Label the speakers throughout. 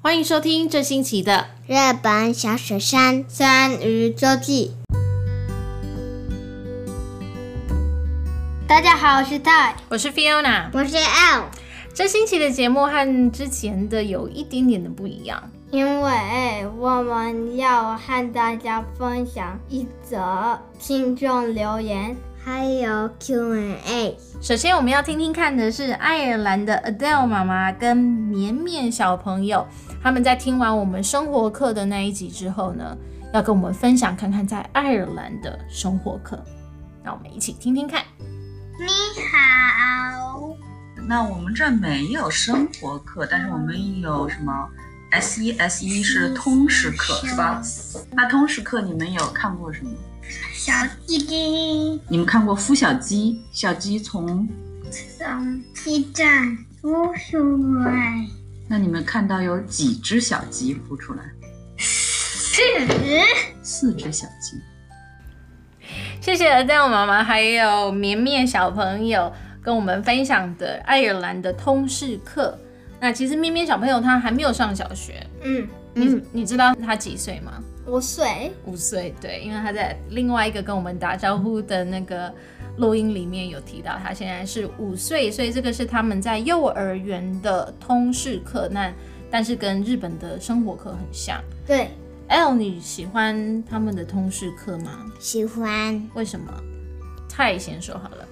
Speaker 1: 欢迎收听这星期的
Speaker 2: 日本小雪山山鱼周记。大家好，我是泰，
Speaker 1: 我是 Fiona。
Speaker 2: 我是 L，
Speaker 1: 这星期的节目和之前的有一点点的不一样，
Speaker 2: 因为呃我们要和大家分享一则听众留言，还有 Q&A。
Speaker 1: 首先，我们要听听看的是爱尔兰的 Adele 妈妈跟绵绵小朋友，他们在听完我们生活课的那一集之后呢，要跟我们分享看看在爱尔兰的生活课。让我们一起听听看。
Speaker 2: 你好，
Speaker 3: 那我们这没有生活课，但是我们有什么 S 一 S 一是通识课是吧？那通识课你们有看过什么？
Speaker 2: 小弟弟，
Speaker 3: 你们看过孵小鸡？小鸡从
Speaker 2: 从鸡蛋孵出来，
Speaker 3: 那你们看到有几只小鸡孵出来？
Speaker 2: 是
Speaker 3: 四只小鸡。
Speaker 1: 谢谢 Adele 妈妈还有绵绵小朋友跟我们分享的爱尔兰的通识课。那其实绵绵小朋友他还没有上小学，
Speaker 2: 嗯
Speaker 1: 嗯，你知道他几岁吗？
Speaker 2: 五岁，
Speaker 1: 五岁，对，因为他在另外一个跟我们打招呼的那个录音里面有提到，他现在是五岁，所以这个是他们在幼儿园的通识课，那但是跟日本的生活课很像。
Speaker 2: 对，
Speaker 1: L，你喜欢他们的通识课吗？
Speaker 2: 喜欢。
Speaker 1: 为什么？太先说好了。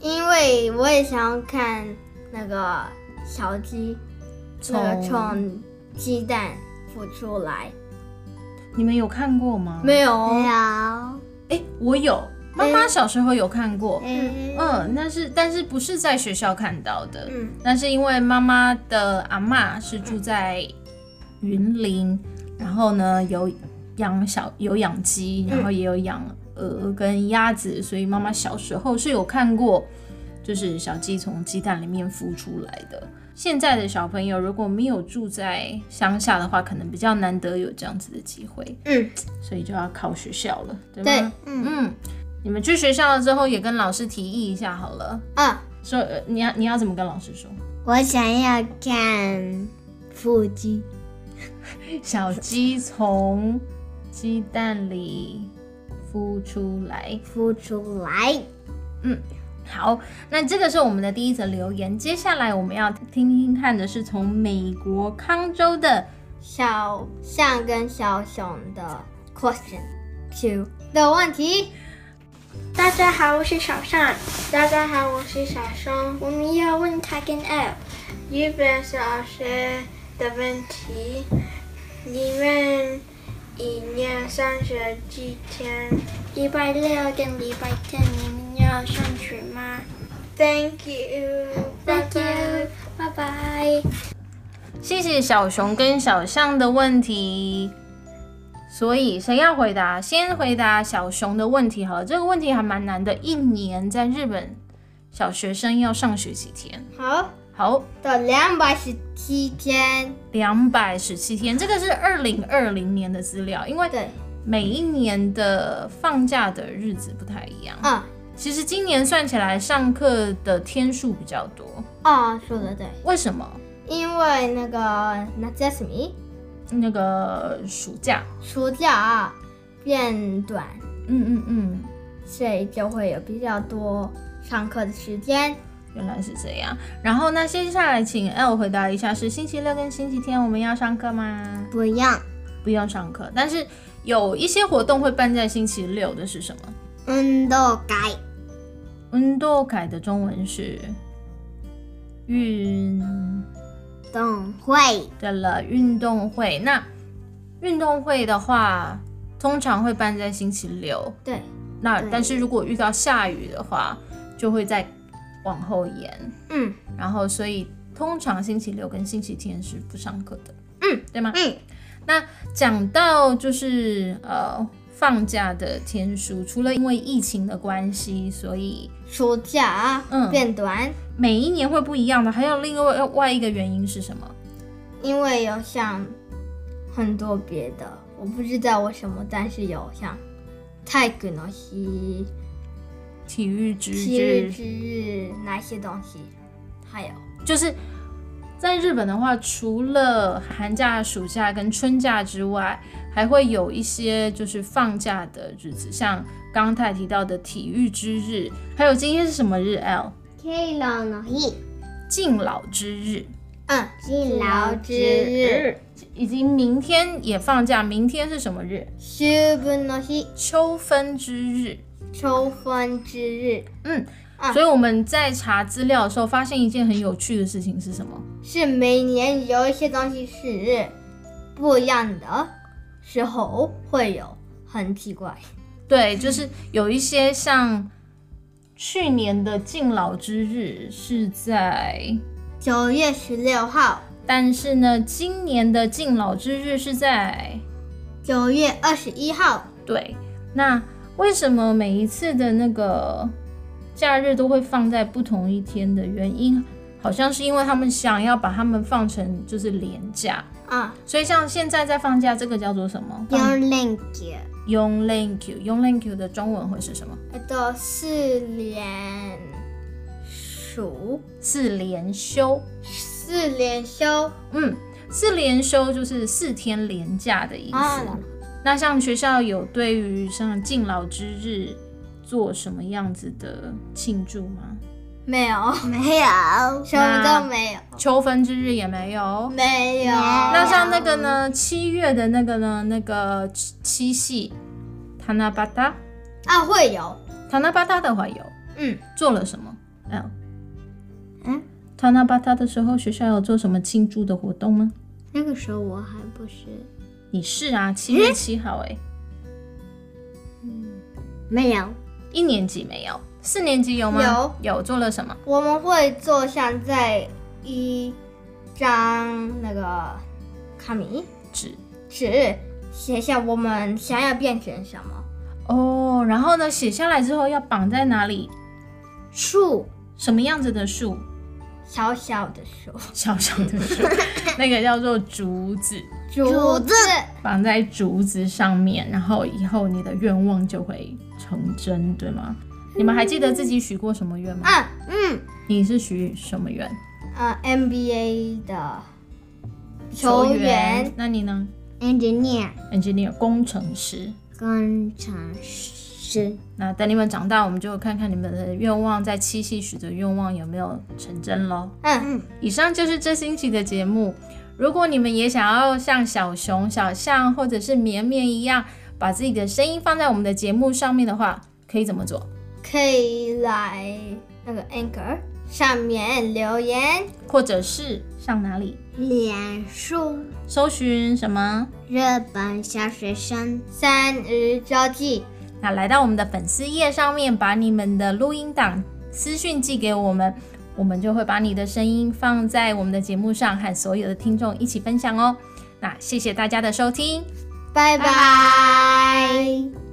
Speaker 2: 因为我也想要看那个小鸡，那个从鸡蛋孵出来。
Speaker 1: 你们有看过吗？
Speaker 2: 没有，没有，
Speaker 1: 哎、我有，妈妈小时候有看过。
Speaker 2: 嗯
Speaker 1: 嗯，那是但是不是在学校看到的？
Speaker 2: 嗯
Speaker 1: 那是因为妈妈的阿嬷是住在云林，然后呢有养小有养鸡，然后也有养鹅跟鸭子，所以妈妈小时候是有看过，就是小鸡从鸡蛋里面孵出来的。现在的小朋友如果没有住在乡下的话，可能比较难得有这样子的机会，
Speaker 2: 嗯，
Speaker 1: 所以就要靠学校了，对吗？
Speaker 2: 对，
Speaker 1: 嗯，你们去学校了之后也跟老师提议一下好了，
Speaker 2: 啊，
Speaker 1: 说、呃你要你要怎么跟老师说？
Speaker 2: 我想要看腹肌，
Speaker 1: 小鸡从鸡蛋里孵出来。
Speaker 2: 孵出来。
Speaker 1: 好，那这个是我们的第一则留言。接下来我们要听听看的是从美国康州的
Speaker 2: 小象跟小熊的 question two 的问题。
Speaker 4: 大家好，我是小善。大家好，我是小松。我们要问 t a g i n App 日本小学的问题，你们一年上学几天？礼拜六跟礼拜天，你们要上学吗？Thank you. Thank you. Bye bye.
Speaker 1: 谢谢小熊跟小象的问题。所以谁要回答？先回答小熊的问题好了。这个问题还蛮难的，一年在日本小学生要上学几天？
Speaker 2: 好，
Speaker 1: 好，
Speaker 2: 到两百十七天。
Speaker 1: 两百十七天，这个是二零二零年的资料，因为
Speaker 2: 对，
Speaker 1: 每一年的放假的日子不太一样。
Speaker 2: 啊
Speaker 1: 其实今年算起来，上课的天数比较多。
Speaker 2: 啊，说的对，
Speaker 1: 为什么？
Speaker 2: 因为那个那叫什么？
Speaker 1: 那个暑假，
Speaker 2: 暑假啊变短，
Speaker 1: 嗯嗯嗯，
Speaker 2: 所以就会有比较多上课的时间。
Speaker 1: 原来是这样。然后那接下来请 L 回答一下，是星期六跟星期天我们要上课吗？
Speaker 2: 不一样，
Speaker 1: 不用上课，但是有一些活动会办在星期六的是什么？嗯
Speaker 2: 运动嗯改
Speaker 1: 运动会的中文是运。
Speaker 2: 动会
Speaker 1: 对了，运动会。那运动会的话，通常会办在星期六。
Speaker 2: 对，
Speaker 1: 那
Speaker 2: 对
Speaker 1: 但是如果遇到下雨的话，就会再往后延。
Speaker 2: 嗯
Speaker 1: 然后，所以通常星期六跟星期天是不上课的。
Speaker 2: 嗯，
Speaker 1: 对吗？
Speaker 2: 嗯。
Speaker 1: 那讲到就是呃放假的天数，除了因为疫情的关系，所以
Speaker 2: 暑假
Speaker 1: 嗯
Speaker 2: 变短，
Speaker 1: 每一年会不一样的。还有另外呃外一个原因是什么？
Speaker 2: 因为有像很多别的，我不知道为什么，但是有像泰国的西、
Speaker 1: 体育之
Speaker 2: 七日之日那些东西，还有
Speaker 1: 就是在日本的话，除了寒假、暑假跟春假之外，还会有一些就是放假的日子，像刚刚太提到的体育之日，还有今天是什么日？L
Speaker 2: 敬老の日，
Speaker 1: 敬老之日，
Speaker 2: 嗯，敬老之日，，
Speaker 1: 以及明天也放假。明天是什么日？
Speaker 2: 秋分の日，
Speaker 1: 秋分之日。
Speaker 2: 秋分之日
Speaker 1: 嗯，
Speaker 2: 啊
Speaker 1: 所以我们在查资料的时候，发现一件很有趣的事情是什么？
Speaker 2: 是每年有一些东西是不一样的时候会有，很奇怪。
Speaker 1: 对，就是有一些像去年的敬老之日是在，
Speaker 2: 九月十六号，
Speaker 1: 但是呢，今年的敬老之日是在，
Speaker 2: 九月二十一号，
Speaker 1: 对，那为什么每一次的那个假日都会放在不同一天的原因，好像是因为他们想要把他们放成就是连假，
Speaker 2: 啊，
Speaker 1: 所以像现在在放假，这个叫做什么？
Speaker 2: 嗯連休。
Speaker 1: 用 link you 用 link you 的中文会是什么？
Speaker 2: えっと、四连暑，
Speaker 1: 四连休。
Speaker 2: 四连休
Speaker 1: 嗯，四连休就是四天连假的意思。
Speaker 2: 啊
Speaker 1: 那像学校有对于像敬老之日做什么样子的庆祝吗？
Speaker 2: 没有，没有，什么都没有，
Speaker 1: 秋分之日也没有。
Speaker 2: 没有。
Speaker 1: 那像那个呢？七月的那个呢？那个七七夕，塔纳巴达，
Speaker 2: 啊，会有，
Speaker 1: 塔纳巴达的话有
Speaker 2: 嗯，
Speaker 1: 做了什么？嗯
Speaker 2: 嗯，
Speaker 1: 塔纳巴达的时候，学校有做什么庆祝的活动吗？
Speaker 2: 那个时候我还不是
Speaker 1: 你是啊，七月七号哎、
Speaker 2: 没有。
Speaker 1: 一年级没有，四年级有吗？
Speaker 2: 有，
Speaker 1: 有做了什么？
Speaker 2: 我们会坐像在一张那个卡米
Speaker 1: 纸
Speaker 2: 纸，写下我们想要变成什么
Speaker 1: 哦，然后呢，写下来之后要绑在哪里？
Speaker 2: 树，
Speaker 1: 什么样子的树？
Speaker 2: 小小的 树，
Speaker 1: 小小的 树，那个叫做竹子，
Speaker 2: 竹子，
Speaker 1: 绑在竹子上面，然后以后你的愿望就会成真，对吗？你们还记得自己许过什么愿吗？
Speaker 2: 嗯嗯。
Speaker 1: 你是许什么愿？
Speaker 2: 呃 NBA 的球员
Speaker 1: 那你呢
Speaker 2: engineer
Speaker 1: ？engineer 工程师。
Speaker 2: 工程师。
Speaker 1: 那等你们长大，我们就看看你们的愿望在七夕许的愿望有没有成真喽。
Speaker 2: 嗯，
Speaker 1: 以上就是这星期的节目。如果你们也想要像小熊、小象或者是绵绵一样，把自己的声音放在我们的节目上面的话，可以怎么做？
Speaker 2: 可以来那个 Anchor 上面留言，
Speaker 1: 或者是上哪里
Speaker 2: 脸书
Speaker 1: 搜寻什么？
Speaker 2: 日本小学生三日周记，
Speaker 1: 那来到我们的粉丝页上面，把你们的录音档私讯寄给我们，我们就会把你的声音放在我们的节目上，和所有的听众一起分享哦。那谢谢大家的收听。
Speaker 2: 拜拜